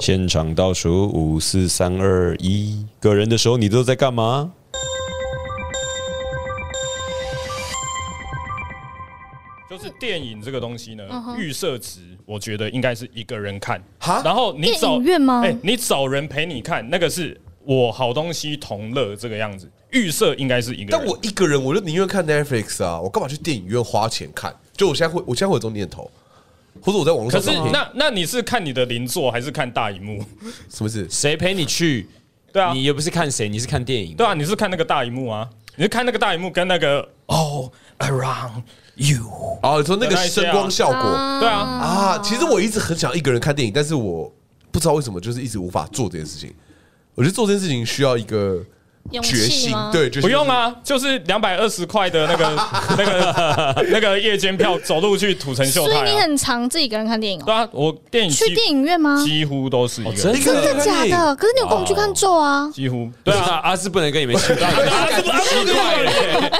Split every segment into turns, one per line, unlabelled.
现场倒数五四三二一，个人的时候你都在干嘛？
就是电影这个东西呢
嗯，哼
预设值我觉得应该是一个人看，
哈
然后你
电
找
影院吗
哎，你找人陪你看，那个是我好东西同乐这个样子，预设应该是一个
但
人。
我一个人，我就宁愿看 Netflix 啊，我干嘛去电影院花钱看？就我现在会，我现在会有这种念头，或者我在网络
可是
上找片
那那你是看你的邻座还是看大荧幕？
什么事？
谁陪你去？
对啊
你，又不是看谁，你是看电影。
对啊，你是看那个大荧幕啊，你是看那个大荧幕跟那个
Oh,
All Around You，
哦，你说那个
啊
声光效果
对啊，
啊，其实我一直很想一个人看电影，但是我不知道为什么就是一直无法做这件事情。我觉得做这件事情需要一个
勇
决
气
心
吗？，
对，决心
不用，啊，就是两百二十块的那 个那个那个夜间票，走路去土城秀
所以
泰
你
啊。
很常自己一个人看电影哦
对。啊，我电影
去
几
电影院吗？
几乎都是一个人
哦真的
一个人
真的假的？可是你有跟我们去看咒
哦
啊？
几乎
对
对
啊，
啊，
阿是不能跟你们去。
奇怪，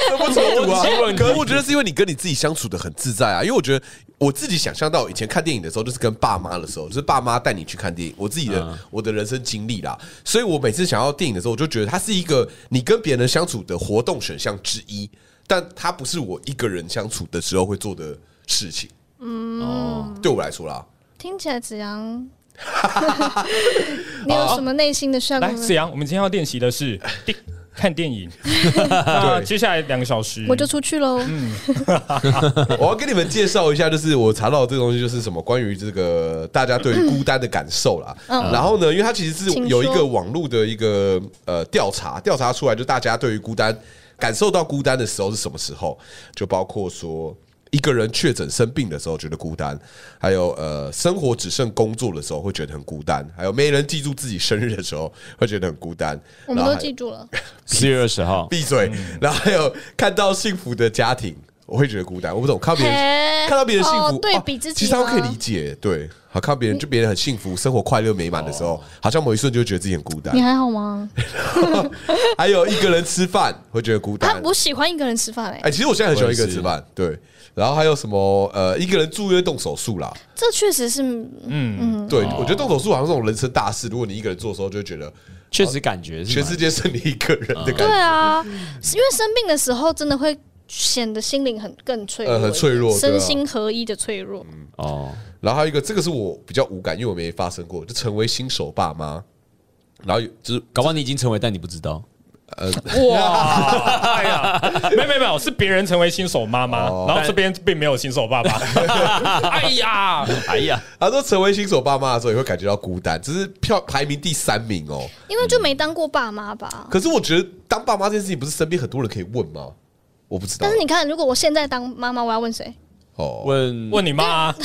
这不冲突啊。可是我觉得是因为你跟你自己相处的很自在啊，因为我觉得我自己想象到以前看电影的时候，就是跟爸妈的时候，就是爸妈带你去看电影，我自己的、我的人生经历啦。所以我每次想要电影的时候，我就觉得它是一个你跟别人相处的活动选项之一，但它不是我一个人相处的时候会做的事情。
哦，
对我来说啦，
听起来子 阳，你有什么内心的需要跟
来
我
子
们？
阳，我们今天要练习 的是看电影。那接下来两个小时，
我就出去喽。
嗯 我要跟你们介绍一下，就是我查到的这个东西就是什么，关于这个大家对于孤单的感受啦。
嗯
然后呢，因为它其实是有一
请
个
说
网络的一个呃调查，调查出来就大家对于孤单感受到孤单的时候是什么时候，就包括说。一个人确诊生病的时候觉得孤单，还有呃，生活只剩工作的时候会觉得很孤单，还有没人记住自己生日的时候会觉得很孤单。
我们
然后
都
还
记住了，
四月二十号，
闭嘴。
嗯
然后还有看到幸福的家庭，我会觉得孤单。我不懂，看到别人
嘿
看到别人幸福，
哦对
哇
比自己
其实他们可以
吗
理解，对，好看到别人就别人很幸福，生活快乐美满的时候，好像某一瞬就会觉得自己很孤单
哦你。还好 吗？
还有一个人吃饭会觉得孤
他嗯
单。
我喜欢一个人吃饭哎、
哎，其实我现在很喜欢一个人
我也
吃
是
饭，对。然后还有什么？呃，一个人住院动手术啦，
这确实是
嗯
嗯
对，
哦
我觉得动手术好像是这种人生大事，如果你一个人做的时候，就会觉得
确实感觉是
全世
蛮
界剩你一个人的感
对
觉，
啊，是因为生病的时候真的会显得心灵很更脆弱一
呃
点，
很脆弱对啊嗯
身心合一的脆弱。
哦，
嗯
然后还有一个，这个是我比较无感，因为我没发生过，就成为新手爸妈，然后有就是
搞不好你已经成为，但你不知道。
呃
啊
哇，哎呀， 没有没有没有，是别人成为新手妈妈，
哦
然后这边并没有新手爸爸。哎呀，
哎呀，
他说成为新手爸妈的时候也会感觉到孤单，只是票排名第三名哦。
因为就没当过爸妈吧。
可是我觉得当爸妈这件事情，不是身边很多人可以问吗？我不知道
但是你看，如果我现在当妈妈，我要问谁？
哦，
问
问你妈啊，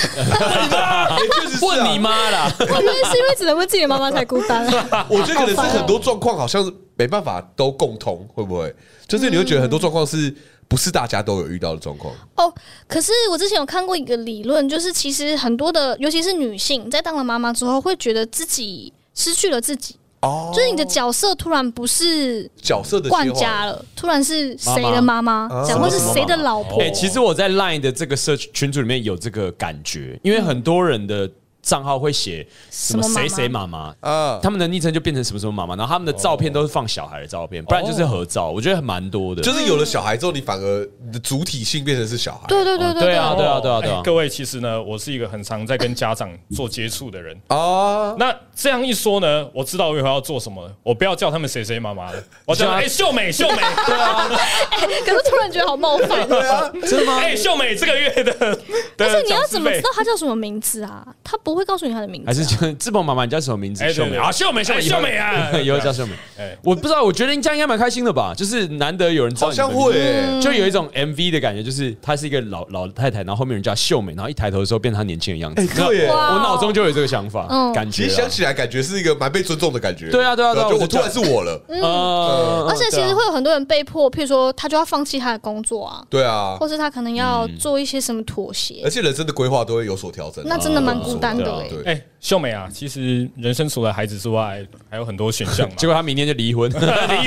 也确实是啊
问你，妈啦，
我觉得是因为只能问自己的妈妈才孤单、 啊。
我觉得可能是很多状况好像是没办法都共通，会不会？就是你会觉得很多状况是不是大家都有遇到的状况？
哦，可是我之前有看过一个理论，就是其实很多的，尤其是女性，在当了妈妈之后，会觉得自己失去了自己，
哦，
就是你的角色突然不是
角色的切换
冠家了，突然是谁的妈妈
妈妈，
讲
啊
或是谁的老婆
哎、，其实我在 LINE 的这个社群群组里面有这个感觉，因为很多人的账号会写什么
什么妈妈
谁谁妈妈，
啊，
他们的昵称就变成什么什么妈妈，然后他们的照片都是放小孩的照片，不然就是合照，我觉得还蛮多的。
就是有了小孩之后，你反而你的主体性变成是小孩。
对对对
哦对啊
对，
对啊对啊对啊
哎各位，其实呢，我是一个很常在跟家长做接触的人。
啊，
那这样一说呢，我知道我以后要做什么了。我不要叫他们谁谁妈妈了，我叫他
啊
们哎秀美秀美，
可是突然觉得好冒犯。
真的吗？
哎秀美这个月的的，
但是你要怎么
长辈
知道他叫什么名字啊？他不会告诉你他的名字
还
啊、
是就志鹏妈妈，你叫什么名字？
哎对
秀美
对
啊，秀美，秀美，
哎秀美啊
以后以后叫秀美
哎。
我不知道，我觉得这样应该蛮开心的吧，就是难得有人知道
好
你的
像
名字
会、欸，
就有一种 MV 的感觉，就是她是一个老老太太，然后后面有人叫秀美，然后一抬头的时候变她年轻的样子。
对耶
哇
我脑中就有这个想法，
嗯
感
其
觉
实
啊
想。起来，感觉是一个蛮被尊重的感觉。
对啊对啊对啊
就我
我就
突然是我了。
呃
而且其实会有很多人被迫，譬如说他就要放弃他的工作啊，
对啊
或，是他嗯可能要做一些什么妥协
而，且人生的规划都会有所调整啊。
那真的蛮孤单的、欸。
对
哎、秀美啊，其实人生除了孩子之外，还有很多选项嘛。
结果他明天就离婚。
离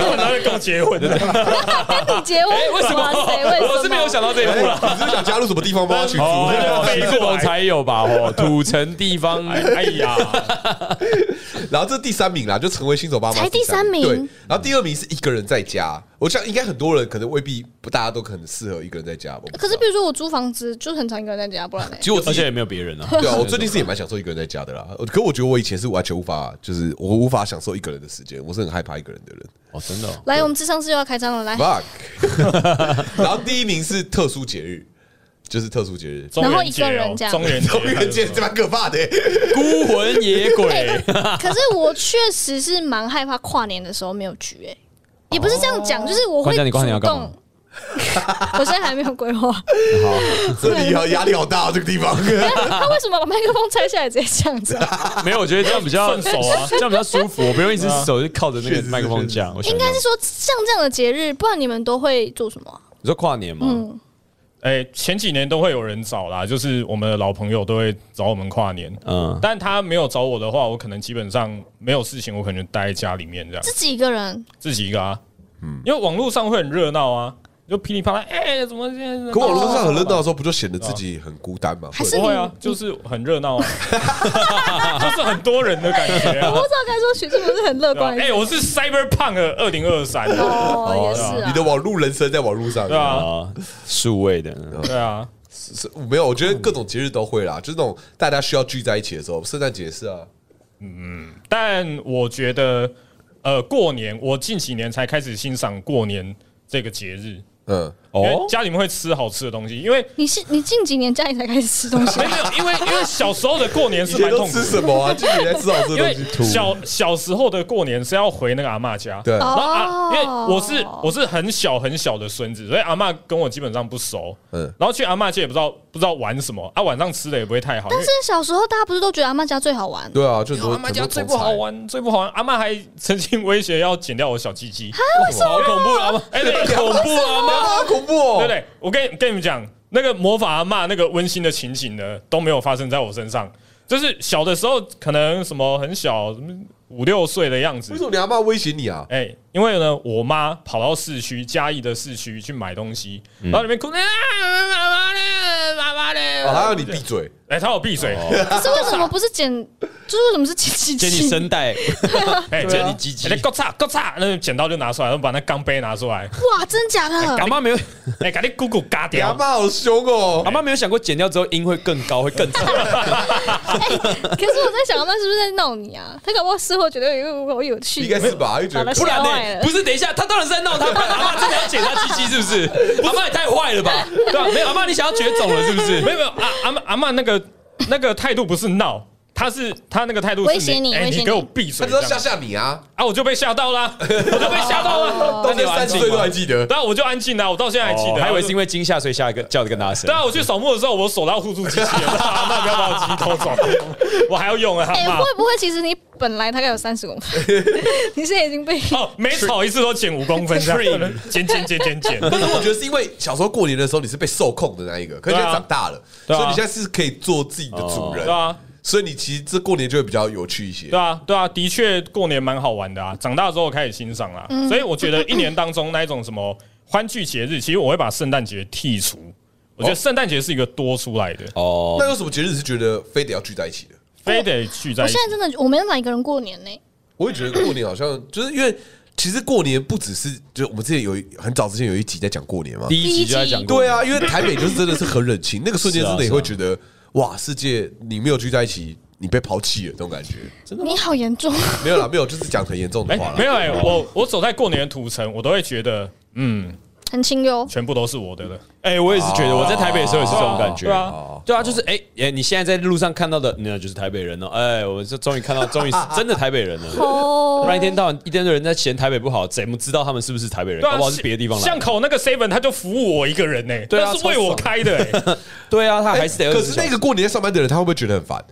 婚然后就跟我结婚，
跟哎你结婚？
为什
哇塞为什
么？
么？
我是没有想到这一
哎
步了。
你是想加入什么地方帮他群组？
哦
北
飞过
部
来
才有吧？哦，土城地方，
哎呀，
然后这第三名啦，就成为新手爸妈
才第三名
对，然后第二名是一个人在家，我想应该很多人可能未必不大家都可能适合一个人在家。我不知道
可是比如说我租房子，就是很常一个人在家，不然呢？
其实我
而
自己
且也没有别人啊。
对啊，我最近是也蛮享受一个人在家的啦。可我觉得我以前是完全无法，就是我无法享受一个人的时间，我是很害怕一个人的人。
哦，真的哦。
来，我们智商是又要开张了，来，
fuck。然 后第一名是特殊节日，就是特殊节日，
中
然后
元
一
节
个人
哦
这样
中元节，
中元节这蛮可怕的欸、
孤魂野鬼，
可是我确实是蛮害怕跨年的时候没有局、欸，哎，也不是这样讲，就是我会
关家你
主
跨年要干嘛
动。 我现在还没有规划，
这里啊压力好大、哦，这个地方。
哎他为什么把麦克风拆下来直接这样子啊、
没有，我觉得这样比较
顺手啊
这样比较舒服，我不用一只手就靠着那
确
个
实是
麦克风讲。我想
应
一
该
下
是说像这样的节日，不然你们都会做什么啊、
你说跨年吗？
嗯
哎，前几年都会有人找啦，就是我们的老朋友都会找我们跨年。
嗯，
但他没有找我的话，我可能基本上没有事情，我可能就待在家里面这样
自己一个人，
自己一个啊。因为网络上会很热闹啊，就噼里啪啦，哎，怎么现在？
可网络上很热闹的时候，不就显得自己很孤单吗？
哦还
不
是你？
会啊，就是很热闹啊， 就是很多人的感觉啊
我。不知道该说许志不是很乐
对吧
观。
哎，我是 Cyberpunk 二零二三，
哦，也是
你
啊
的。网络人生在网络上，
对啊，
啊，数位的呢
对啊，
是没有，我觉得各种节日都会啦，就是那种大家需要聚在一起的时候，圣诞节也是啊，
但我觉得，呃，过年我近几年才开始欣赏过年这个节日，
嗯，
因为
哦，
家里面会吃好吃的东西，因为
你是你近几年家里才开始吃东西
没有，没有，因为因为小时候的过年
以
是
前
蛮
都
痛苦
吃
的，
什么 啊？自己在吃好吃的
因为
东西，
小小时候的过年是要回那个阿嬷家，
对，
然后啊，因为我是
哦
我是很小很小的孙子，所以阿嬷跟我基本上不熟，
嗯
然后去阿嬷家也不知道不知道玩什么，啊，晚上吃的也不会太好，因
但
为
是小时候大家不是都觉得阿妈家最好玩？
对啊，就很多
阿嬷家最不好，玩，最不好玩，阿嬷还曾经威胁要剪掉我小鸡 鸡，
好恐怖啊！
哎，哦 对恐怖啊！
很多种菜啊，恐怖哦！
对不对？我跟跟你们讲，那个魔法阿嬷那个温馨的情景呢，都没有发生在我身上。就是小的时候，可能什么很小，什么五六岁的样子
为什。么你阿妈威胁你啊？
哎、因为呢，我妈跑到市区嘉义的市区去买东西，然后里面哭，啊，妈妈嘞，妈妈嘞，
哦，还要你闭嘴，
哎、她有闭嘴，
可是为什么不是剪？就是为什么是剪鸡
剪你
鸡？
声带，对
哎、
啊
剪
你鸡鸡
哎咔嚓咔嚓，那剪刀就拿出来，然后把那钢杯拿出来，
哇，真假的
阿？妈没有，
哎、赶紧咕咕嘎
你阿
掉，
妈好凶哦
阿！妈没有想过剪掉之后音会更高，会更 长。
可是我在想，阿妈是不是在闹你啊？她搞不好事后觉得有有有趣，
应该是吧？就觉
把
得
她
不然
吓坏
呢？
了
不。是，等一下，他当然是在闹他，不然阿妈真的要剪他鸡鸡是不是？ 阿妈也太坏了吧？对啊，没有阿妈你想要绝种了是不是？
没有没有，阿阿嬷阿嬷那个那个态度不是闹，她是她那个态度是
威胁你
哎
威胁
你
你
给我闭嘴
他
这
知
样，
道吓吓你啊！
啊，我就被吓到啦，我就被吓到了，
到现在三十岁都还记得，
然后我就安静啦，我到现在还记
哦
得，
还以为是因为惊吓所以下一个叫的更大声
对。啊，我去扫墓的时候，我手到护住机器人， 阿妈不要把我鸡偷走，我还要用啊，
哎、
阿嬷
会不会其实你本来大概有三十公分，你现在已经被
哦，每炒一次都减五公分这样，减减减减减，
但是我觉得是因为小时候过年的时候你是被受控的那一个，可是
对啊
现在长大了，
对啊
所以你现在是可以做自己的主人
对，啊，
所以你其实这过年就会比较有趣一些
对。啊，对啊，的确过年蛮好玩的啊，长大之后开始欣赏啦，
嗯
所以我觉得一年当中那一种什么欢聚节日，其实我会把圣诞节剔除，我觉得圣诞节是一个多出来的，
哦，
那有什么节日是觉得非得要聚在一起的？
非得聚在
我
一起
现。在真的我没办法一个人过年呢、
我也觉得过年好像就是因为，其实过年不只是就我们之前有一很早之前有一集在讲过年嘛，
第一集就在讲过
对，啊，因为台北就是真的是很冷清，那个瞬间真的也会觉得哇，世界你没有聚在一起，你被抛弃了那种感觉。
你好严重，
没有啦，没有，就是讲很严重的
哎、
话啦。
没有哎、我我走在过年的土城，我都会觉得，嗯，
很清幽。
全部都是我的了。
哎，我也是觉得我在台北的时候也是这种感觉
对。啊，
对啊，就是哎哎，你现在在路上看到的，那就是台北人哦。哎，我这终于看到，终于是真的台北人了。
哦
不，然一天到晚一堆人在嫌台北不好，怎么知道他们是不是台北人？
对
搞
啊，
不好是别的地方来
巷
的。
口那个 seven，他就服务我一个人呢、
对啊
那是为我开 的、欸。
对啊，他还是得
哎可
二十
是
小
那
时。
个过年在上班的人，他会不会觉得很烦？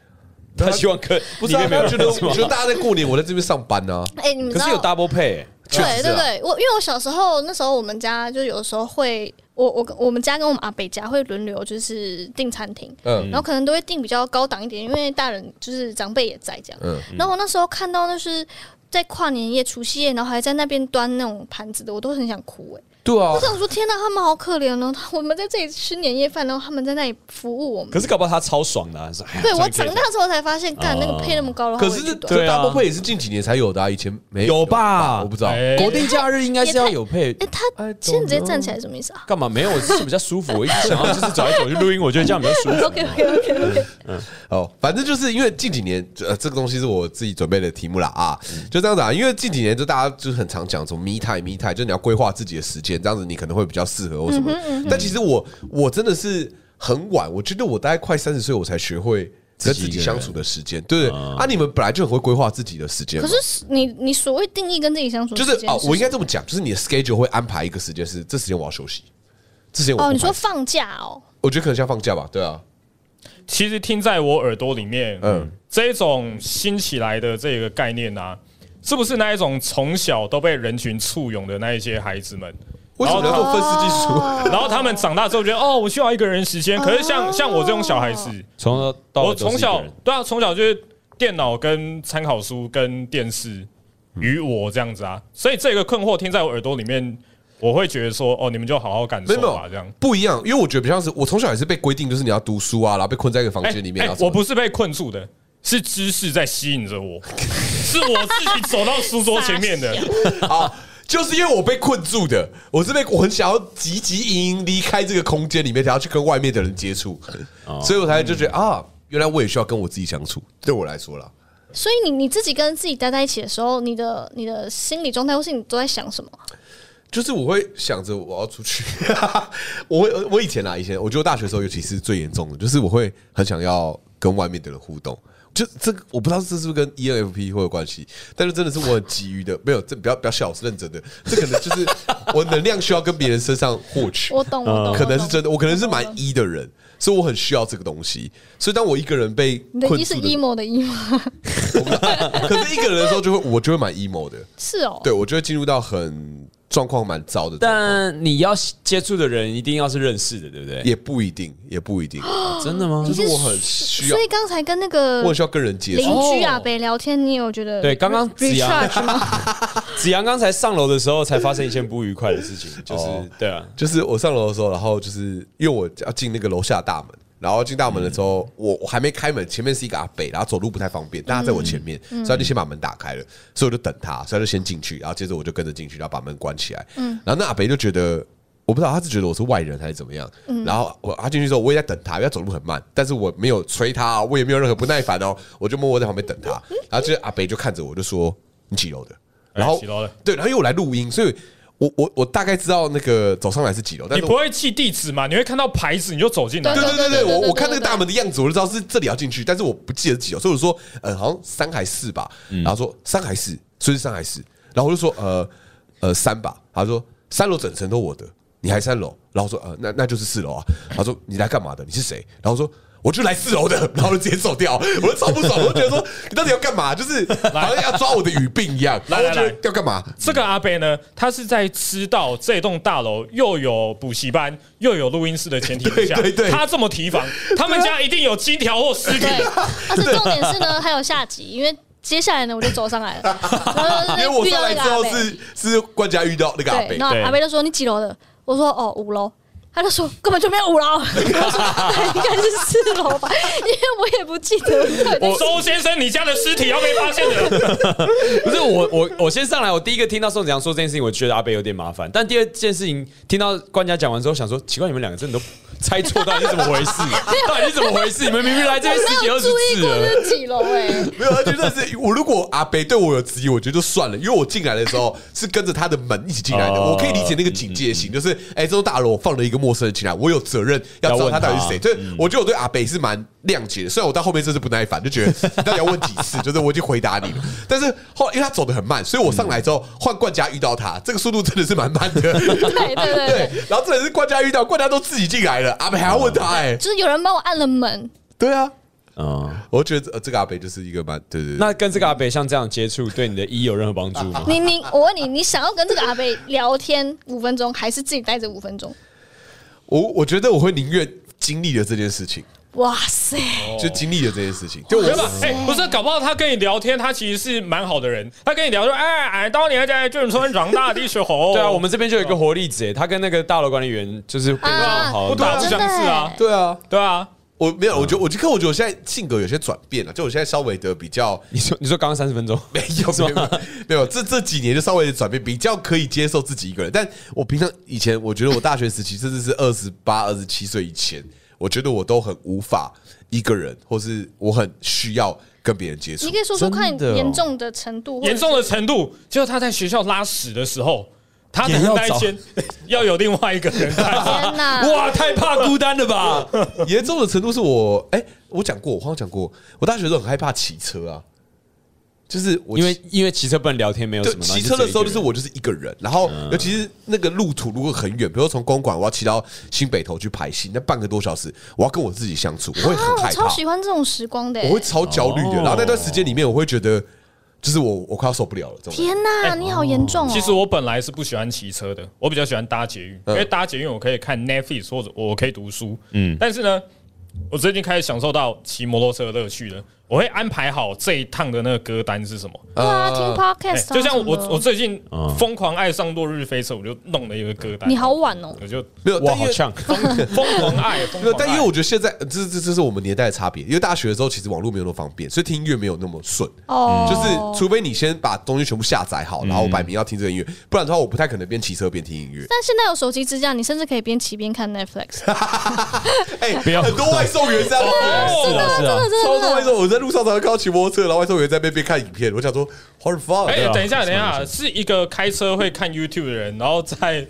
他希望可
不
里
是、啊，
面没有
他觉得
人是吗
觉得大家在过年，我在这边上班呢、啊
哎、你们知
可
道
是有 double pay，欸
确实
对
是
对
啊
对，我因为我小时候那时候我们家就有时候会，我我跟我们家跟我们阿北家会轮流就是订餐厅，
嗯
然后可能都会订比较高档一点，因为大人就是长辈也在这样。
嗯
然后我那时候看到就是在跨年夜、除夕夜，然后还在那边端那种盘子的，我都很想哭哎、
对啊
我，想说，天哪，他们好可怜哦！他我们在这里吃年夜饭，然后他们在那里服务我们。
可是搞不好他超爽的、啊，是哎呀
对我
终
长
于可以
大之后才发现，干那个配那么高的话，
可
我也去
是
端
对
这
啊
double pay 也是近几年才有的，啊，以前没
有吧
我不知道。
哎
国定假日应该是要有配。
哎，他
I don't
现在直接站起来什么意思啊
干嘛没有？我是比较舒服，我一直想要就是走来走去录音，我觉得这样比较舒 服。
？OK OK OK OK，
哦，反正就是因为近几年，呃，这个东西是我自己准备的题目啦啊，
嗯
就这样子啊。因为近几年就大家就是很常讲什么 me time me time，就是你要规划自己的时间，这样子你可能会比较适合或什
嗯
么。但其实我我真的是很晚，我觉得我大概快三十岁我才学会跟自己相处的时间，对不对？啊，你们本来就很会规划自己的时间嘛，
可是你你所谓定义跟自己相处
就
的时
是
间
哦，
什么
我应该这么讲，就是你的 schedule 会安排一个时间是这时间我要休息，这时间我
哦，
不
你说
排
放假哦，
我觉得可能像放假吧，对啊，
其实听在我耳朵里面，
嗯
嗯，这种新起来的这个概念啊，是不是那一种从小都被人群簇拥的那一些孩子们？
为
哦
什么要做分析技术？
啊
然后他们长大之后觉得，哦，我需要一个人时间。可是像像我这种小孩子，
从头到
我
啊哦尾都是一
从
个人
小对啊，从小就是电脑跟参考书跟电视
嗯
与我这样子啊，所以这个困惑听在我耳朵里面，我会觉得说，哦，你们就好好感
没
受
有没有
吧，这样。
不一样，因为我觉得比较像是我从小也是被规定，就是你要读书啊，然后被困在一个房间里面。
哎
然
哎
后什么
我不是被困住的，是知识在吸引着我，是我自己走到书桌前面的。
啊，就是因为我被困住的，我是被我很想要急急营营离开这个空间里面，然后去跟外面的人接触，
哦
所以我才就觉得啊，原来我也需要跟我自己相处。对我来说啦，
所以你你自己跟自己待在一起的时候，你的你的心理状态，或是你都在想什么？
就是我会想着我要出去， 我会我以前啊，以前我觉得大学的时候，尤其是最严重的，就是我会很想要跟外面的人互动。就这个，我不知道这是不是跟 E ENFP 会有关系，但是真的是我很急于的，没有这不要不要笑，我是认真的。这可能就是我能量需要跟别人身上获取，
我懂，我懂，我懂
呃可能是真的，我可能是蛮
我懂
E 的人，所以我很需要这个东西。所以当我一个人被
你的
困住
E 是
的时
emo 的 emo，
候，可是一个人的时候就会我就会蛮 emo 的，
是哦，
对我就会进入到很状况蛮糟的状况。
但你要接触的人一定要是认识的，对不对？
也不一定，也不一定，
真的吗
就？是
是
我很需要
所，以刚才跟那个
我很需要跟人接
邻
触。
居阿北聊天，你有觉得
哦对刚刚子阳
recharge 吗？
子阳刚才上楼的时候才发生一件不愉快的事情，就是
哦
对啊，
就是我上楼的时候，然后就是因为我要进那个楼下大门，然后进大门的时候，
嗯
我我还没开门，前面是一个阿北，然后走路不太方便，但他在我前面，所以他就先把门打开了，所以我就等他，所以他就先进去，然后接着我就跟着进去，然后把门关起来。然后那阿北就觉得。我不知道他是觉得我是外人还是怎么样，然后我他进去之后，我也在等他，因为他走路很慢，但是我没有催他，哦我也没有任何不耐烦哦，我就默默在旁边等他。然后这阿北就看着我，就说：“你几楼的？”然后
哎几楼的
对，然后因为我来录音，所以我我我大概知道那个走上来是几楼，但
你
是
不
我
会记地址嘛？你会看到牌子你就走进来
对
对。
对对对，
对对
我
对
我看那
对
个大门的样子，我就知道是这里要进去，但是我不记得几楼，所以我说呃，好像三还四吧，
嗯
然后说三还四，所以是三还四，然后我就说呃呃三吧，他说三楼整层都我的，你还三楼，然后我说呃那那就是四楼啊，他说你来干嘛的？你是谁？然后我说。我就来四楼的， 然后就直接走掉，我就超不爽，我就觉得说你到底要干嘛？就是好像要抓我的语病一样，然后我就觉
来来
得
来
要干嘛？
这个阿贝呢，他是在知道这栋大楼又有补习班又有录音室的前提之下，
对对对
他这么提防，他们家一定有金条或尸体。
对，但是重点是呢，还有下集，因为接下来呢，我就走上来 了，然后
因为我
遇到
上来
那
之
个
后
阿北，
是是冠家遇到那个阿北
对，，然后
对
阿北就说你几楼的？我说哦五楼。他就说根本就没有五楼，我 说那应该是四楼吧，因为我也不记得我到底在
周先生，你家的尸体要被发现的。
不是我我我先上来，我第一个听到宋子阳说这件事情，我觉得阿北有点麻烦。但第二件事情，听到官家讲完之后，想说奇怪，你们两个真的都猜错，到底是怎么回 事？到底是怎么回事？你们明明来这边十几
没
二
有
十
注意
次
过
了。
这几楼哎、
没有，他觉得是我。如果阿北对我有质疑，我觉得就算了，因为我进来的时候是跟着他的门一起进来的，
哦
我可以理解那个警戒心，就是哎，这栋大楼我放了一个陌生人进来，我有责任要知道他到底是谁。
要问
所以我觉得我对阿北是蛮谅解的，虽然我到后面真是不耐烦，就觉得你到底要问几次，就是我已经回答你 了。但是后来因为他走的很慢，所以我上来之后换冠家遇到他，这个速度真的是蛮慢 的。
对对对
对
对，，
然后这也是冠家遇到，冠家都自己进来了，阿北还要问他，哎，
就是有人帮我按了门，
对啊。
嗯，
我觉得呃这个阿北就是一个蛮对对对，
那跟这个阿北像这样接触，对你的一有任何帮助吗？
你你，我问你，你想要跟这个阿贝聊天五分钟，还是自己待着五分钟？
我我觉得我会宁愿经历了这件事情，
哇塞！
哦
就经历了这件事情，就
对
我
吧？哎，不哦是，搞不好他跟你聊天，他其实是蛮好的人。他跟你聊说，哎，俺当年在眷村长大的时候，
对啊，我们这边就有一个活例子，哎他跟那个大楼管理员就是非常好
不
的，
打不
真
相
的
识啊
欸，
对啊，
对啊，
我没有，我觉得我就看我觉得我现在性格有些转变了，就我现在稍微的 比较
你说你说刚刚三十分钟
没有没有没有，这这几年就稍微的转变，比较可以接受自己一个人。但我平常以前，我觉得我大学时期，甚至是二十八、二十七岁以前，我觉得我都很无法一个人，或是我很需要跟别人接触
你。可以说说看
真的哦
严重的程度，或者
严
是
重的程度，就是他在学校拉屎的时候，他的
也要
那一
找
间 要有另外一个人在。
天哪！
啊哇，太怕孤单了吧？
严重的程度是我，哎、我讲过，我好像讲过，我大学的时候很害怕骑车啊，就是我
因为因为骑车不能聊天，没有
就
什么
骑车的时候，就是
我。
我就是一个人，然后
嗯
尤其是那个路途如果很远，比如说从公馆我要骑到新北投去排戏，那半个多小时，我要跟我自己相处，我会
啊
很，
我
害
超
怕，
喜欢这种时光的欸、
我会超焦虑的。
哦
然后那段时间里面，我会觉得就是我我快要受不了了，这种。
天哪，
哎
你好严重哦！
其实我本来是不喜欢骑车的，我比较喜欢搭捷运，因为搭捷运我可以看 Netflix 或者我可以读书。嗯，但是呢，我最近开始享受到骑摩托车的乐趣了。我会安排好这一趟的那个歌单是什么，
对啊，
呃
听
哎
podcast，、啊
就像我
什么的
我最近疯狂爱上《落日飞车》，我就弄了一个歌单。
你好，晚哦，
我就
没有，
哇，
但
好
因为
呛！
疯疯狂爱，疯
没 有，
狂
但因为
爱。
我觉得现在呃这这这是我们年代的差别，因为大学的时候其实网络没有那么方便，所以听音乐没有那么顺。
哦，
就是，除非你先把东西全部下载
嗯
好，然后我摆明要听这个音乐，不然的话，我不太可能边骑车边听音乐。
但现在有手机支架，你甚至可以边骑边 看 Netflix，
哎，
不要
很多外送员 这样子。
哦
是啊，是啊，
超多外送，我在路上常常看到骑摩托车，然后外送员在那边看影片，我想说 what the fuck，、
哎、
啊
等一下，等一下，是一个开车会看 YouTube 的人，然后再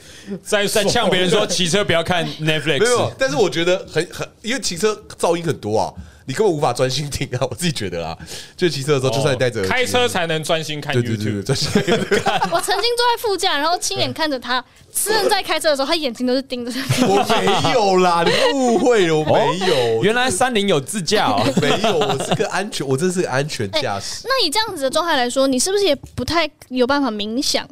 再
在
再
呛别人 说骑车不要看 Netflix，
没有，但是我觉得很很，因为骑车噪音很多啊，你根本无法专心听啊，我自己觉得啊，就骑车的时候，就算你戴着耳机
哦开车。才能专心看
对对对
YouTube。
对，专心看。
我曾经坐在副驾，然后亲眼看着他，私人在开车的时候，他眼睛都是盯着 这个。
我没有啦，你误会了，我没有，
原来三菱有自驾哦。
没有，我是个安全，我真是个安全驾驶，
那以这样子的状态来说，你是不是也不太有办法冥想？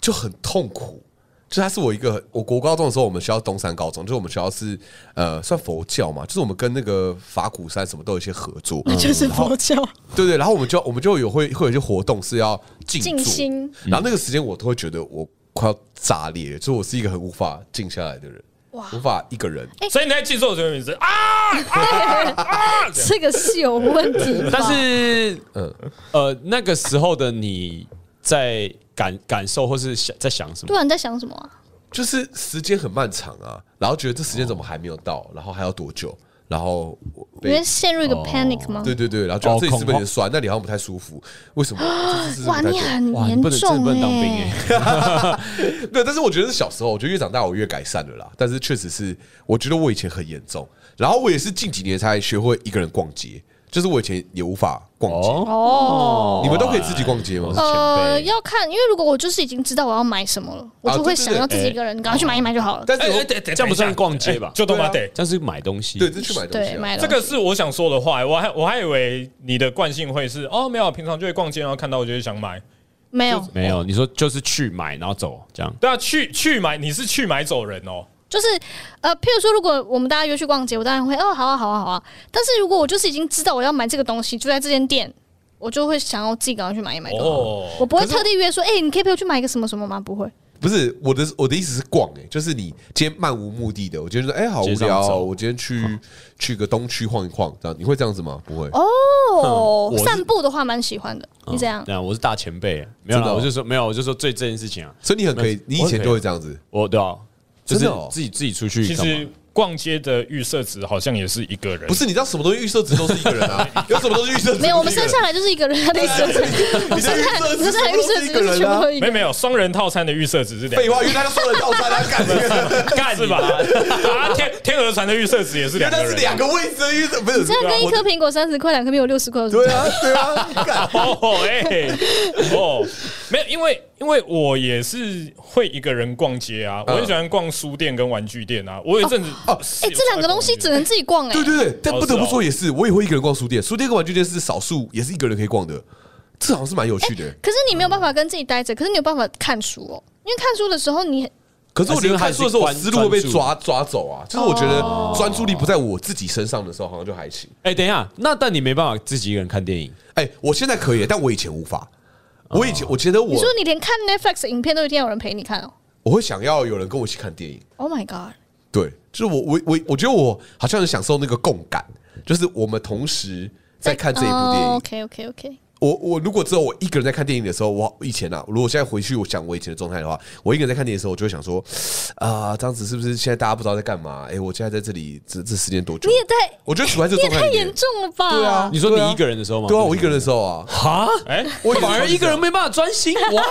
就很痛苦。就它是我一个很，我国高中的时候，我们学校东山高中，就是我们学校是呃算佛教嘛，就是我们跟那个法鼓山什么都有一些合作，
哦
嗯
就是佛教，
哦
对对，然后我们就我们就有会会有一些活动是要静坐
静心
然后那个时间我都会觉得我快要炸裂了，就是我是一个很无法静下来的人，
哇
无法一个人。
所以你在记住这个名字啊？
这个是有问题吧。
但是，
嗯
呃，那个时候的你在感感受或是想在想什
对
么？
啊，你在想什么啊？
就是时间很漫长啊，然后觉得这时间怎么还没有到，然后还要多久，然后我
你会
被
陷入一个 panic 吗？
对对对，然后觉得
哦
自己是不
恐慌
是有点酸，那里好像不太舒 服，为什么？这这这
哇，
这不太
你很
对
哇，你
严
不能真的
重
不能当兵
哎、
哎、
对，但是我觉得是小时候，我觉得越长大我越改善了啦。但是确实是，我觉得我以前很严重，然后我也是近几年才学会一个人逛街，就是我以前也无法逛街。
哦。
你们都可以自己逛街吗？
呃，要看，因为如果我就是已经知道我要买什么了，我就会
啊对对哎哦
想要自己一个人，赶快去买一买就好了。
但是我、
对对
这样不算逛街吧
就他妈得。
这样是买东西。
哎对，就去买东西、
对，
啊。
买了
啊这个是我想说的话，我还我还以为你的惯性会是哦，没有，平常就会逛街，然后看到我就会想买。
没有，
没有，你说就是去买然后走这样。
对啊，去去买，你是去买走人哦。
就是呃，譬如说，如果我们大家约去逛街，我当然会哦，好啊，好啊，好啊。但是如果我就是已经知道我要买这个东西，就在这间店，我就会想要自己赶快去买一买就好了。
哦
我不会特地约说，哎，你可以陪我去买一个什么什么吗？不会。
不是我的我的意思是逛、欸，就是你今天漫无目的的，我今天说哎、好无
街上
聊哦，
走
我今天去去个东区晃一晃，这样你会这样子吗？不会，
哦
我，是
散步的话蛮喜欢的。你怎样？
对啊，我是大前辈，没有
真的
啦，
哦
我就说没有，我就说最这件事情啊，
所以你很可以，你以前就会这样子。
我对啊，就是
真的哦
自己自己出去
其
干嘛。
实逛街的预设值好像也是一个人，
不是，你知道什么东西预设值都是一个人啊，有什么东西预设值
没有，我们
都是一
生
个人
下来就是一个人，啊他的意思就是，我生下来，
你
我生
的预设值
下来预设值就是全部都一个
没有
人。啊
没有双人套餐的预设值是两
废话，因为他说了套餐，他 干的，
干是吧？ 啊，天天鹅船的预设值也是
因为
两
他
个
是
人。
两个位置的预设，不是
这样跟一颗苹
啊
果三十块，两颗苹果六十块有什么
对啊，对啊，干
哦哦哎哦，没有，因为因为我也是会一个人逛街啊，
嗯
我很喜欢逛书店跟玩具店啊。我有一阵子
哦
哎、这两个东西只能自己逛哎、
对对对，但
哦
不得
是
不
哦
说也是，我也会一个人逛书店，书店跟玩具店是少数，也是一个人可以逛的，这好像是蛮有趣的。
可是你没有办法跟自己待着，可是你有办法看书哦，因为看书的时候你
可是我觉得看书的时候，我
还是
思
因为
路
还
会
是专
被
注
抓抓走啊。就是我觉
哦
得专注力不在我自己身上的时候，好像就还行。
哎、等一下，那但你没办法自己一个人看电影，
哎，我现在可以，但我以前无法。
哦
我以前我觉得
你
我
说你连看 Netflix 影片都一定要有人陪你看哦
我会想要有人跟我一起看电影，
，Oh my god！
对，就是我我我我觉得我好像很享受那个共感，就是我们同时在看这一
哦
部电影。
哎 OK OK OK，
我我如果只有我一个人在看电影的时候，我以前啊，如果现在回去我想我以前的状态的话，我一个人在看电影的时候，我就会想说，啊、这样子是不是现在大家不知道在干嘛？哎、我现在在这里这这时间多久？
你也太
我觉得处在这
你
个
也
状态
太
里
严
面，
重了吧？
对啊，
你说
对啊
你一个人的时候吗
对啊，我一个人的时候啊，
哈，
哎，
我
反而一个人没办法专 心，哇，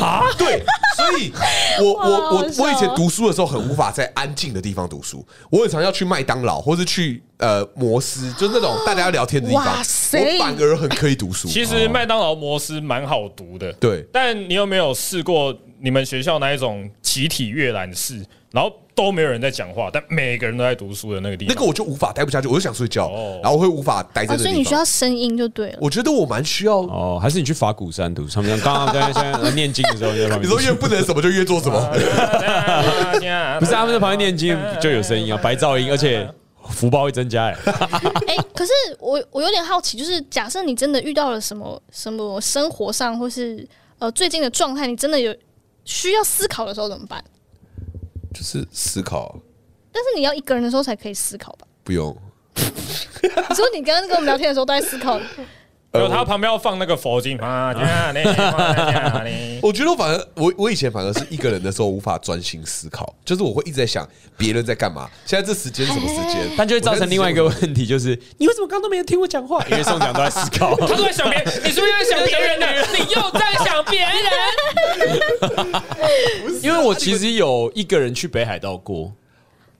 啊，对，所以我我我
好笑
我
哦
以前读书的时候很无法在安静的地方读书，我很常要去麦当劳或是去呃摩斯，就是那种大家要聊天的地方，
哇塞
我反而很可以读书。
其
哦
实麦当劳摩斯蛮好读的，
对
但你有没有试过你们学校那一种集体阅览室，然后都没有人在讲话，但每个人都在读书的那个地
那
方？
个我就无法待不下去，我就想睡觉，
哦
然后我会无法待在
哦，所
那个
以
地
你需
方。
要声音就对了。
我觉得我蛮需要，
哦，还是你去法鼓山读，他们刚刚在现在念经的时候就在旁边，
你说越不能什么就越做什么，
啊 不是他们在旁边念经就有声音啊，白噪音，而且福报会增加哎、
哎、可是我我有点好奇，就是假设你真的遇到了什么什么生活上或是呃最近的状态，你真的有需要思考的时候怎么办？
就是思考
但是你要一个人的时候才可以思考吧？
不用。
你说你刚刚跟我们聊天的时候都在思考，
没有，他旁边要放那个佛 经。
我觉得我反而我我以前反而是一个人的时候无法专心思考，就是我会一直在想别人在干嘛，现在这时间是什么时间，
哎但就会造成另外一个
我在
问题，就是你为什么刚刚都没有听我讲 话？因为宋讲都在思考。
他都在想别 人，你是不是在想别人 呢？你又在想别人。
因为我其实有一个人去北海道过，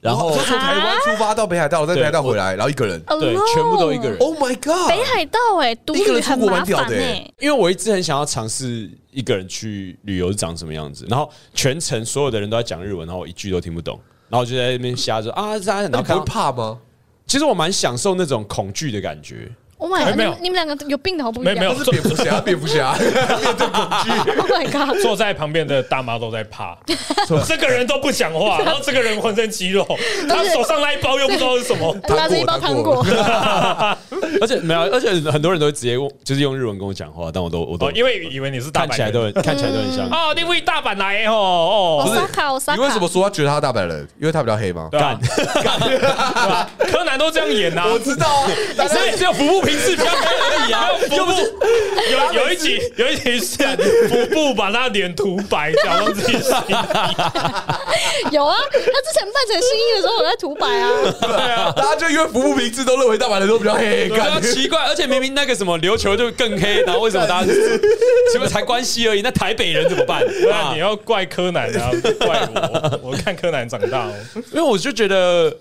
然后
我从台湾出发到北海道，再北啊海道回来，然后一个人。
对，全部都一个人。
Oh my god！
北海道哎、独
一个
旅
人出
很
国
麻
蛮屌
烦
的
哎、
欸
因为我一直很想要尝试一个人去旅游是长什么样子，然后全程所有的人都在讲日文，然后我一句都听不懂，然后我就在那边瞎说啊，大家然
那
后
你不
看到，
会怕 吗？
其实我蛮享受那种恐惧的感觉。
Oh my
哎
god！
没
你
有
们你们两个有病的好不一
没
样。
有没有
他是蝙蝠侠，蝙蝠侠面对恐惧。
Oh my god！
坐在旁边的大妈都在怕，这个人都不讲话，然后这个人浑身肌肉，他手上那一包又不知道是什么。
拿着一包糖果，
而且没有，而且很多人都会直接用就是用日文跟我讲话，但我都我都
哦，因为以为你是大
看
阪
起来都
人。
很 看起来都很像。
哦，你为大阪来哦哦，
萨卡 我萨
你为什
卡
么，说他觉得他大阪人？因为他比较黑吗？
对吧？
啊
干柯南都这样演呐。
我知道啊，大 家
所以只有服部平视比较高而已啊，
又不是有有一集有一集是服部把他脸涂白，假装自己是
有啊，他之前扮成新一的时候，我在涂白啊。
大家就因为服不明智，都认为大阪人都比较黑。
比 较
干
奇怪，而且明明那个什么琉球就更黑，然后为什么大家 什么才关系而已？那台北人怎么办？
不
啊
然你要怪柯南啊，不怪我，我看柯南长大哦。
因为我就觉得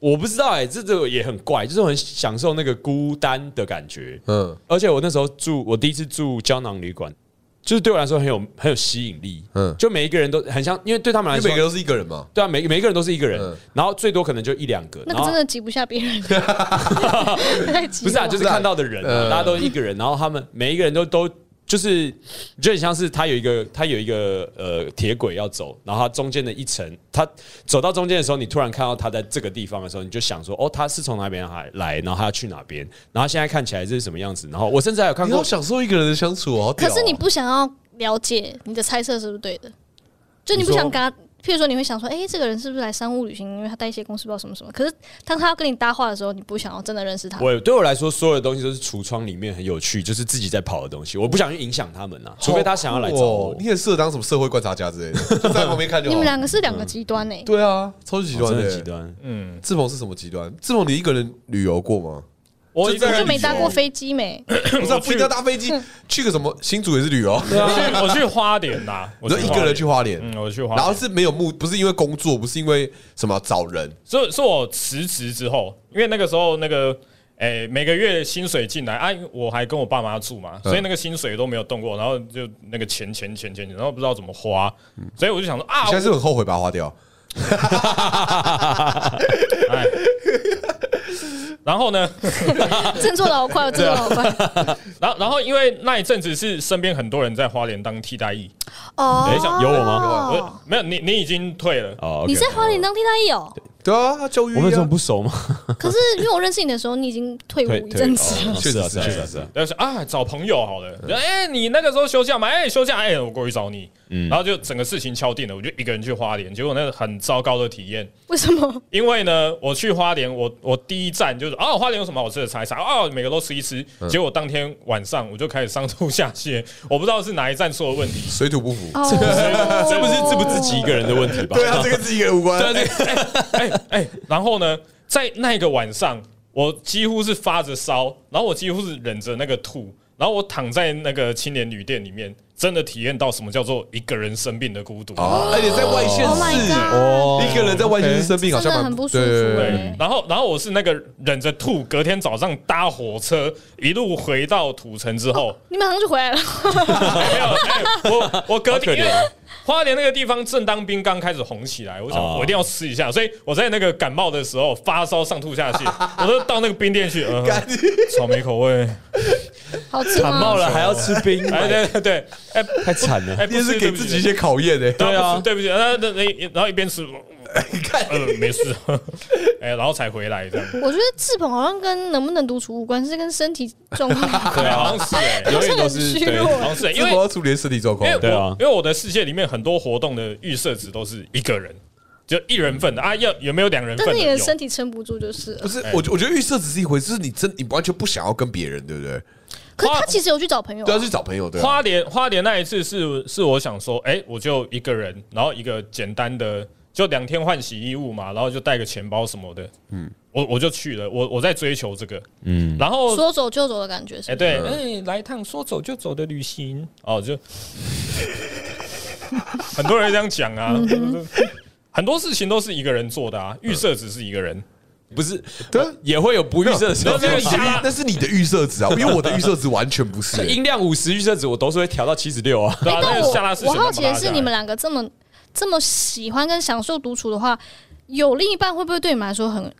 我不知道哎、这个也很怪，就是我很享受那个孤单的感觉。
嗯
而且我那时候住，我第一次住胶囊旅馆，就是对我来说很有 很有吸引力。
嗯
嗯，就每一个人都很像，因为对他们
因
来
为每个
说。
都是一个人嘛。
对啊，每每一个人都是一个人，
嗯
然后最多可能就一两个，
那
然
个
后
真的挤不下别人，太挤
不是啊，
了
就是看到的人、
呃
啊，大家都一个人，然后他们每一个人都都就是，就很像是他有一个他有一个呃铁轨要走，然后他中间的一层，他走到中间的时候，你突然看到他在这个地方的时候，你就想说，哦，他是从哪边来来，然后他要去哪边，然后现在看起来是什么样子，然后我甚至还有看
你好
过，
享受一个人的相处哦。好屌
可
哦
是你不想要了解，你的猜测是不是对的？就你不想跟他，譬如说你会想说，哎、这个人是不是来商务旅行？因为他带一些公司包什么什么。可是当他要跟你搭话的时候，你不想要真的认识他。
我对我来说，所有的东西都是橱窗里面很有趣，就是自己在跑的东西，我不想去影响他们啊，除非他想要来找
好酷
我
哦。你很适合当什么社会观察家之类的，就在旁边看就
你
好
们。两个是两个极端哎呢、
对啊，超级极
哦
端
真
的
的极。端，
嗯，
志鹏是什么极端？志鹏，你一个人旅游过吗？
我
就在
我就没搭过飞机没，
不是
嗯我
啊，
去
不一定要搭飞机，
嗯
去个什么新竹也是旅游。
对啊，我去花莲呐，
你
我
说一个人去
花
花莲，
莲，嗯，我去花
然后
莲。
是没有目，不是因为工作，不是因为什么找人，
所以，是我辞职之后，因为那个时候那个哎、每个月薪水进来，啊，因为我还跟我爸妈住
嗯
嘛，所以那个薪水都没有动过，然后就那个钱钱钱钱，钱然后不知道怎么花，所以我就想说啊，
嗯现在是很后悔把它花掉。
哎，然后呢，
振作的好快，哦，振作的好快。
然后然后因为那一阵子是身边很多人在花莲当替代役，
哦，
等一下
有我吗
我没有你你已经退了，
哦，
你在花莲当替代役哦？
对啊，他教育、啊、
我们怎么不熟吗？
可是因为我认识你的时候，你已经 退伍一阵子了。
是啊，
是
是
啊
啊，
是
是
啊
啊，是啊。
但是啊，找朋友好
嗯
了，哎、你那个时候休假嘛，哎、休假，哎、我过去找你，
嗯
然后就整个事情敲定了，我就一个人去花莲，结果那个很糟糕的体验，
为什么？
因为呢，我去花莲，我我第一站就是哦，花莲有什么好吃的菜啥哦，每个都吃一吃，结果当天晚上我就开始上吐下泻， 我不知道是哪一站出了问题，
水土 不服。
哦，
这不是这不自己一个人的问题吧？
对啊，这跟自己人无关。
对啊，这
哎哎，然后呢，在那个晚上，我几乎是发着烧，然后我几乎是忍着那个吐，然后我躺在那个青年旅店里面，真的体验到什么叫做一个人生病的孤独。
啊，而且在外县
Oh my
市
god
哦
一个人在外县市生病，好
真
像
的
蛮
很不舒服
对对对
哎
对，然后然后我是那个忍着吐，隔天早上搭火车一路回到土城之后，
你马上就回来了。
没有，哎我我隔
好可
天
怜
因为花莲那个地方正当兵刚开始红起来，我想
哦
我一定要吃一下，所以我在那个感冒的时候发烧上吐下泻，我都到那个冰店去，呃，草莓口味，
好吃吗？
感冒了还要吃冰，
哎对对对，哎
太惨了。
哎，
你也
不
是
是
给自己一。些考验欸的。
对
对
啊，
啊
不是对不起，然后那那然后一边吃，看，呃，没事， 哎，然后才回来这样，
我觉得志鹏好像跟能不能独处无关，是跟身体状况。
对，好像是哎，
永远都
很
是
虚弱
对。
好像是哎，
因
因
为
为
我哦要处理身体状况
因为。我
对啊
因为我的世界里面很多活动的预设值都是一个人，就一人份的啊，要有没有两人份
但是
的？
你的身
有。
体撑不住就是
不
了。
是，我我觉得预设只是一回事，就是你真你完全不想要跟别人，对不对？
可是
花
他其实有去找朋友啊
都要去找朋友，对啊。
花莲花莲那一次是是我想说，哎、我就一个人，然后一个简单的就两天换洗衣物嘛，然后就带个钱包什么的，嗯，我我就去了，我我在追求这个，嗯，然后
说走就走的感觉
哎、
是不是。
对，哎、来一趟说走就走的旅行哦，就 很多人这样讲啊，
嗯
很多事情都是一个人做的啊，预设只是一个
嗯
人，
不是，
对啊
也会有不预设的时候
那这。个
你的那是你的预设值啊，因为我的预设值完全不是。
音量五十预设值，我都是会调到七十六啊。
对啊，那
哎但
个下拉是
我我
选
好
择
奇
把它
的
下
是，
来
你们两个这么这么喜欢跟享受独处的话，有另一半会不会对你们来说很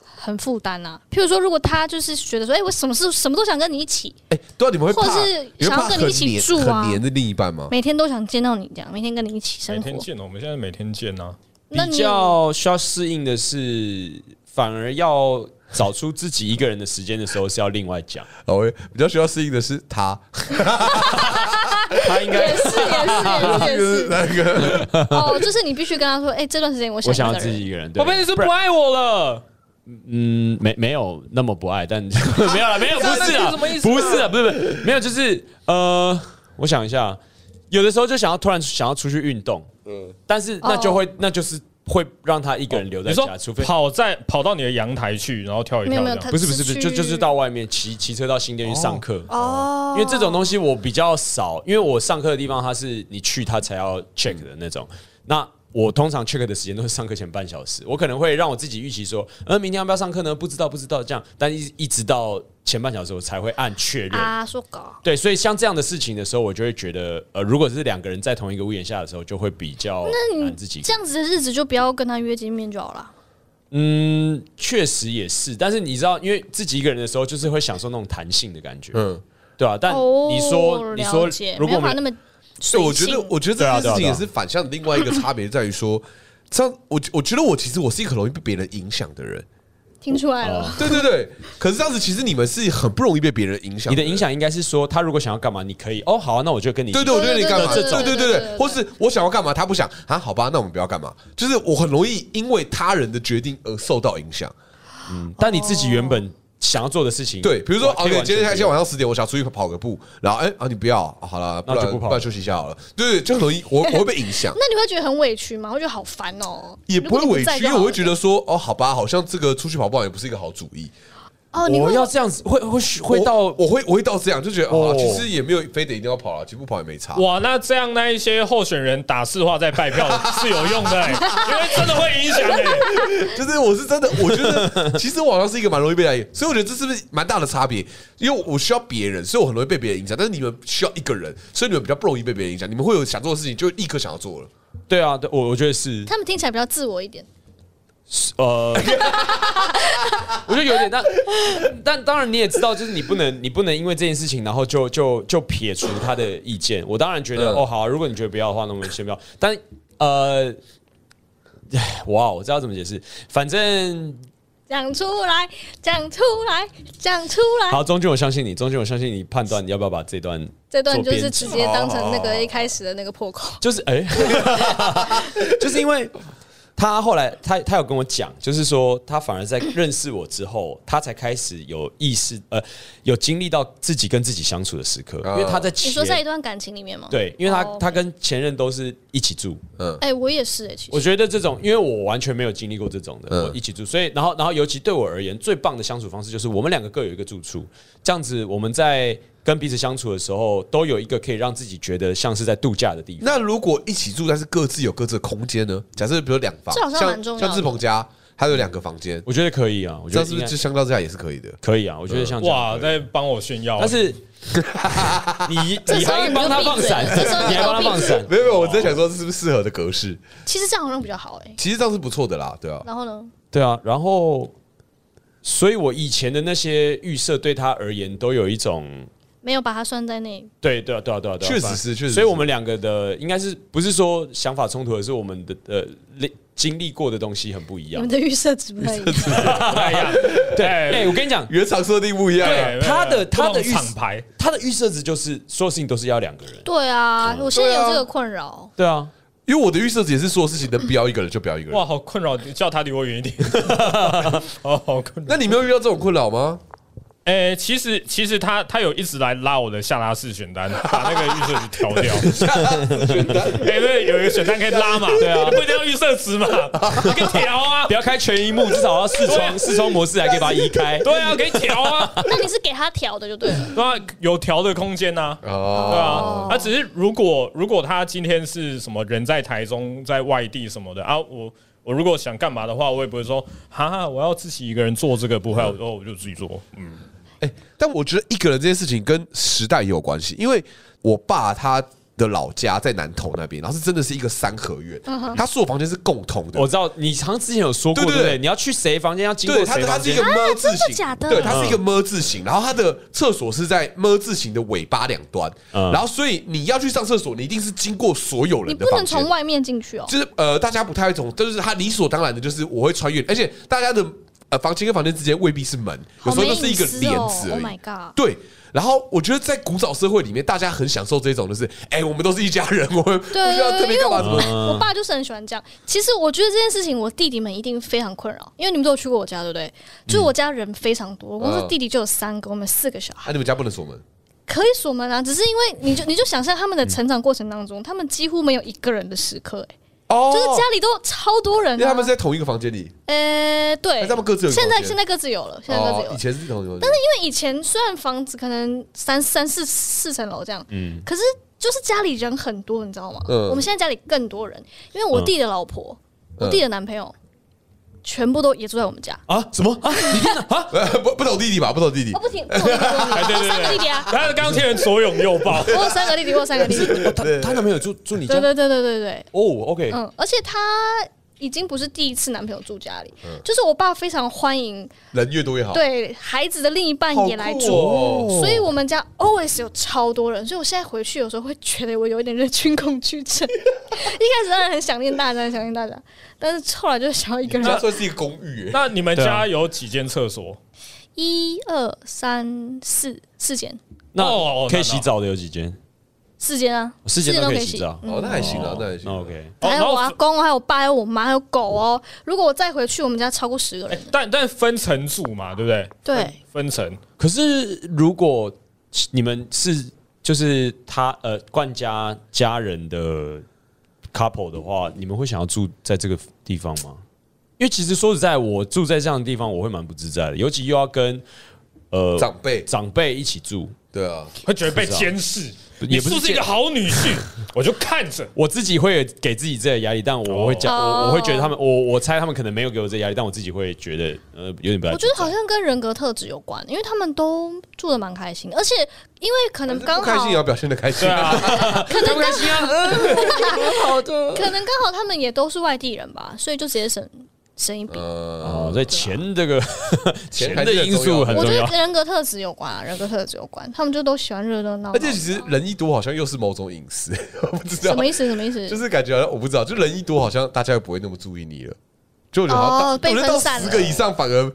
很负担啊？譬如说，如果他就是觉得说，哎、我什么事什么都想跟你一起，
哎，对啊，你们会
或者
怕，
是
你会
想要
怕
跟你一
很
起
黏
住啊
很黏的另一半吗？
每天都想见到你，这样每天跟你一起生
每天
活，
见哦，我们现在每天见啊，
那
比
你
较需要适应的是，反而要找出自己一个人的时间的时候是要另外讲。
哦，我比较需要适应的是他，
他应该
也是也是也
就是是
也是
那个
哦，就是你必须跟他说，哎、这段时间我
我
想
想
一
要
个
自
人。
己一个人。对
宝贝，你是不爱我了。
嗯，没没有那么不爱，但 没有了，没有，不是
那
啊
是什么意，思啊
不是啊，不是，不是，没有，就是呃，我想一下，有的时候就想要突然想要出去运动，嗯，但是那就会，那就是会让他一个人留在
哦你说
家，除非
跑在跑到你的阳台去，然后跳一
没
跳这
有没有
样，
他
不是不是不
只
是，就
去
就是到外面骑骑车到新店去上课，
哦
因为这种东西我比较少，因为我上课的地方它是你去它才要 check 的那种。那我通常 check 的时间都是上课前半小时，我可能会让我自己预期说，呃，明天要不要上课呢？不知道，不知道这样，但一一直到前半小时我才会按确认。
啊，说搞
对，所以像这样的事情的时候，我就会觉得，呃，如果是两个人在同一个屋檐下的时候，就会比较难自己
这样子的日子就不要跟他约见面就好了。
嗯，确实也是，但是你知道，因为自己一个人的时候，就是会享受那种弹性的感觉，
嗯。
对啊。但
哦，
你说，你说
了解，
如果我
没办法
们
那么
对，
随
我觉
性，
得，我觉得
对啊
这件
对
事情
啊对啊
也是反向的另外一个差别，在于说，这样我我觉得我其实我是一个很容易被别人影响的人。
听出来了。
对对对，可是这样子其实你们是很不容易被别人影响。
你的影，响应该是说，他如果想要干嘛，你可以哦，好、啊，那我就跟你一起
对对，我觉得你干嘛？
对
对
对
对
对对
对
对对
对，或是我想要干嘛，他不想啊，好吧，那我们不要干嘛。就是我很容易因为他人的决定而受到影响。
但你自己原本想要做的事情，
对，比如说
可以
，OK，
完全
今天今
不一
天
样
晚上十点，我想出去跑个步，然后哎啊，你不要，啊好了，不
那就
然
不跑
不然休息一下好了。对对，就很容易，我我会被影响。
那你会觉得很委屈吗？会觉得好烦哦、
也不会委屈，因为我会觉
得
得说，哦，好吧，好像这个出去跑步好像也不是一个好主意。
哦，你
我
会
要这样子，会会会
我
到
我会我会到这样，就觉得啊，
哦
其实也没有非得一定要跑了，其实不跑也没差。
哇，那这样那一些候选人打市话再拜票是有用的、 欸，因为真的会影响欸的、
就是我是真的，我觉 得其实我好像是一个蛮容易被来影，所以我觉得这是不是蛮大的差别？因为我需要别人，所以我很容易被别人影响，但是你们需要一个人，所以你们比较不容易被别人影响，你们会有想做的事情就立刻想要做了。
对啊，对我我觉得 是
他们听起来比较自我一点。
呃，我觉得有点，但但当然你也知道，就是你不能你不能因为这件事情，然后就就就撇除他的意见。我当然觉得、
嗯
哦好啊、如果你觉得不要的话，那我们先不要。但呃， 唉哇，我知道怎么解释，反正
讲出来，讲出来，讲出来。
好，中间我相信你，中间我相信你判断你要不要把这段
这段
做
就是
编辑
直接当成那个一开始的那个破口。
就是 哎，就是因为他后来他他有跟我讲，就是说他反而在认识我之后，他才开始有意识呃有经历到自己跟自己相处的时刻，
啊
因为他在
你说在一
前
段感情里面吗？。
对，因为他
哦
他跟前任都是一起住，
嗯，
哎、我也是哎、其
我
实
觉得这种，因为我完全没有经历过这种的，
嗯
我一起住，所以然后然后尤其对我而言，最棒的相处方式就是我们两个各有一个住处，这样子我们在跟彼此相处的时候，都有一个可以让自己觉得像是在度假的地方。
那如果一起住，但是各自有各自的空间呢？假设比如两房，
这好像蛮
像
重要的
像志鹏家，他有两个房间，
我觉得可以啊，我
这
觉得
样是
应
不
该
是就相较之下也是可以的？
可以啊，我
嗯
觉得像这样
哇，
可以
在帮我炫耀、啊
但 是你
这
你
时候
还
你就
帮他放伞
闭嘴这时候，你就
你还帮他放伞，
没有没有，我只是想说这是不是适合的格式？
其实这样好像比较好哎、
其实这样是不错的啦，对啊。
然后呢？
对啊。然后，所以我以前的那些预设对他而言都有一种。
没有把它算在内。
对对啊，对啊，对啊，对啊
确实
反正
是确实
所以
是
我们两个的应该是不是说想法冲突，而是我们的呃历经历过的东西很不一
你
样
们。的预设值不太一样。
哎呀，
对，
哎
哎，我跟你讲，
原厂设定不一样啊，
哎
他的
不同
他的预
厂牌，
他的预设值就是所有事情都是要两个人。
对啊，我现在有
对啊
这个困扰。
对啊，
因为我的预设值也是所有事情能不要一个人就不要一个人
哇，。好困扰，叫他离我远一 点。哦，好困扰。
那你没有遇到这种困扰吗？
哎、其实其实他他有一直来拉我的下拉式选单，把那个预设值调 掉。哎、对，有一个选单可以拉嘛，对
啊
不一定要预设值嘛，你可以调 啊
不。要开全荧幕，至少要视
啊
窗视窗模式，还可以把它移开。
对啊，可以调啊，
那你是给他调的就对了。
对啊，有调的空间呐、对
哦，
啊，啊，只是如果如果他今天是什么人在台中，在外地什么的啊，我我如果想干嘛的话，我也不会说哈，我要自己一个人做这个，不会，我说我就自己做，嗯，
哎，但我觉得一个人这件事情跟时代也有关系，因为我爸他的老家在南投那边，然后是真的是一个三合院，
嗯
他所有房间是共同的
我，知道你好像之前有说过，
对
对
对
不对？
对
你要去谁房间，要哦经
对，
过
它
谁
它
房
是一
间嗯
个。么字
啊真的
形，
假的
对，它是一个么字形，然后它的厕所是在么字形的尾巴两端，
嗯
然后所以你要去上厕所，你一定是经过所有
你
人的
不能
房间
从。外面进去哦。
就是呃，大家不太会从，但是他理所当然的就是我会穿越，而且大家的呃房间跟房间之间未必是门，有
好
时候
没
就
隐
是一个帘子
私哦 Oh
而已
my。god！
对，然后我觉得在古早社会里面，大家很享受这种，就是哎、我们都是一家人， 我们不需
对
要特
对对，
别
因为
干
我
嘛什么。
我爸就是很喜欢这样。其实我觉得这件事情，我弟弟们一定非常困扰，因为你们都有去过我家，对不对？就是我家人非常多，我光是
嗯
弟弟就有三个，我们四个小孩
啊，。你们家不能锁门，
可以锁门啊，只是因为你就你就想象他们
嗯
的成长过程当中，他们几乎没有一个人的时刻、欸，
哦
就是家里都超多人、啊。
因为他们是在同一个房间里，
呃，对，
还是他们各自有一个
现在
房间
现在各自有了，现在各自
哦
有，了。
以前是同一个房间，
因为以前虽然房子可能三三四四层楼这样，
嗯
可是就是家里人很多，你知道吗？
嗯
我们现在家里更多人，因为我弟的老婆、
嗯
我弟的男朋友，全部都也住在我们家。
嗯
啊？什么啊？你看啊？
呃 不不懂弟弟吧，不懂弟弟
我，哦不停，不同弟弟不同 弟
哎，
弟
对
我有三个
对对
弟弟，啊，
他的钢铁人左拥右 抱，
我有三个弟啊弟，我有三个弟弟。
哦他他男朋友住住你家？
对对对对对对，
哦，OK，
嗯，而且他已经不是第一次男朋友住家里，
嗯
就是我爸非常欢迎
人越多越好。
对孩子的另一半
好酷哦，
也来住。所以我们家 always 有超多人，所以我现在回去有时候会觉得我有一点人群恐惧症。 一开始当然很想念大家，很想念大家，但是后来就想要一个
家
人。
算是一个公寓耶，
那你们
对啊
家有几间厕
啊
所？
一二三四四间，
那
哦
可
那
以洗澡的有几间？
四间啊，
四间都可以洗澡。
嗯
哦，那还行啊
哦，
那还行。
OK，
哦
还有
然后
我阿公，还有我爸，还有我妈，还有狗哦。如果我再回去，我们家超过十个
哎
人。，
但但分层住嘛，对不对？
对，
分层
可是如果你们是就是他呃冠家家人的 couple 的话，你们会想要住在这个地方吗？因为其实说实在，我住在这样的地方，我会蛮不自在的，尤其又要跟呃
长辈，
长辈一起住。
对啊，
会觉得被监视。你
也
是
不是
不是一个好女 婿？我就看着。
我自己会给自己这个压力，但我会讲，
哦
我我会觉得他们，我我猜他们可能没有给我这个压力，但我自己会觉得，呃，有点不太
我觉得好像跟人格特质有关，因为他们都住的蛮开心，而且因为可能嗯刚
不开心
好
也要表现的开
对。
心
啊，
可能刚好，
啊
可能 刚好他们也都是外地人吧，所以就直接省省一笔。
哦，
呃，
所以钱这个 钱
还
的
是很
因素很
我
重
觉得
要。
跟人格特质有关、啊，人格特质有关，他们就都喜欢热热闹闹。
而且其实人一多好像又是某种隐私， 我不知道
什么意思？什么意思？
就是感觉好像我不知道，就人一多，好像大家又不会那么注意你了。就我觉得好像
哦
到，
被
我觉得到
分散了
十个以上，反而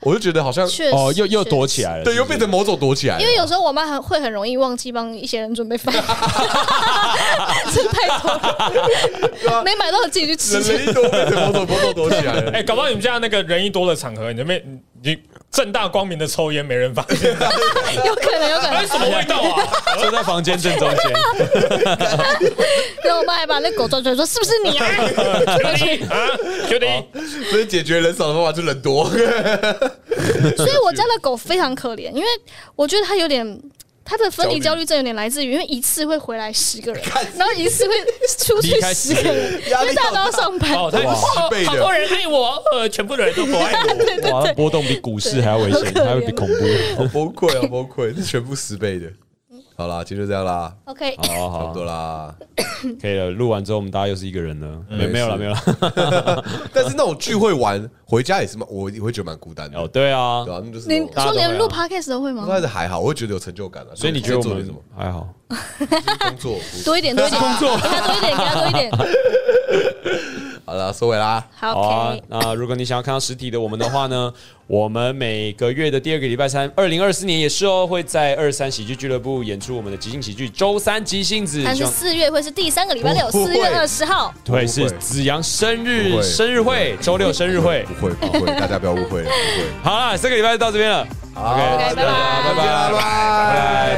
我就觉得好像
确实
哦，又又躲起
来。
来了，
对，
是
又
不是
变成某种躲起来了。
因为有时候我妈很会很容易忘记帮一些人准备饭， 真太多了，没买到的自己去吃
人。人一多，变成某种某种躲起 来了。
哎，搞不好你们家那个人一多的场合，你那边你正大光明的抽烟，没人发现，
有可能，有 可
哎，
能。
什么味道啊？
就在房间正中 间。
然后我妈还把那狗抓出来说：“是不是你啊
决定啊，决定。
所以解决人少的方法就人多。？”
所以我家的狗非常可怜，因为我觉得它有点。它的分离焦虑症有点来自于，因为一次会回来十个人，然后一次会出去
离开十
十个
个
人，
压
因为
力
大
好
家都要
大，
上班。
哦，他
哇
好
十倍的
好多人爱我，呃，全部的人都不爱我。
哇，那波动比股市还要危
对
险，
很可怜
还会比恐怖。
好崩溃啊，崩溃！是全部十倍的。好啦，今天就这样啦，
OK，
好
差不
好
多，啦。
嗯
可以了。录完之后，我们大家又是一个人了，没
没
没有了，
事
没有了。
但是那种聚会完回家也是蛮，我也会觉得蛮孤单的
哦，。对啊
对，啊，那就是
你
那种
大家
说
都会啊
连录 podcast 都会吗
刚？开始还好，我会觉得有成就感啊。
所以你觉得我
做点什
们
么？
还好？
就是工作。
多一点，多一点，工作，给他多一点，给他多一点。
好了，收尾啦。
好
好啊
，OK，，
那如果你想要看到实体的我们的话呢， 我们每个月的第二个礼拜三，二零二四年也是哦，会在二三喜剧俱乐部演出我们的即兴喜剧《周三即兴子》
但
希
是
望，
四月会是第三个礼拜六，
不
四
会
月二十号。
对，是子阳生
不
日
会
生日会，周六生日会
不。会不会，大家不要误会，不会。
好啦，这个礼拜就到这边了，
好
OK，
拜拜
，OK，
拜拜
拜拜。
拜拜。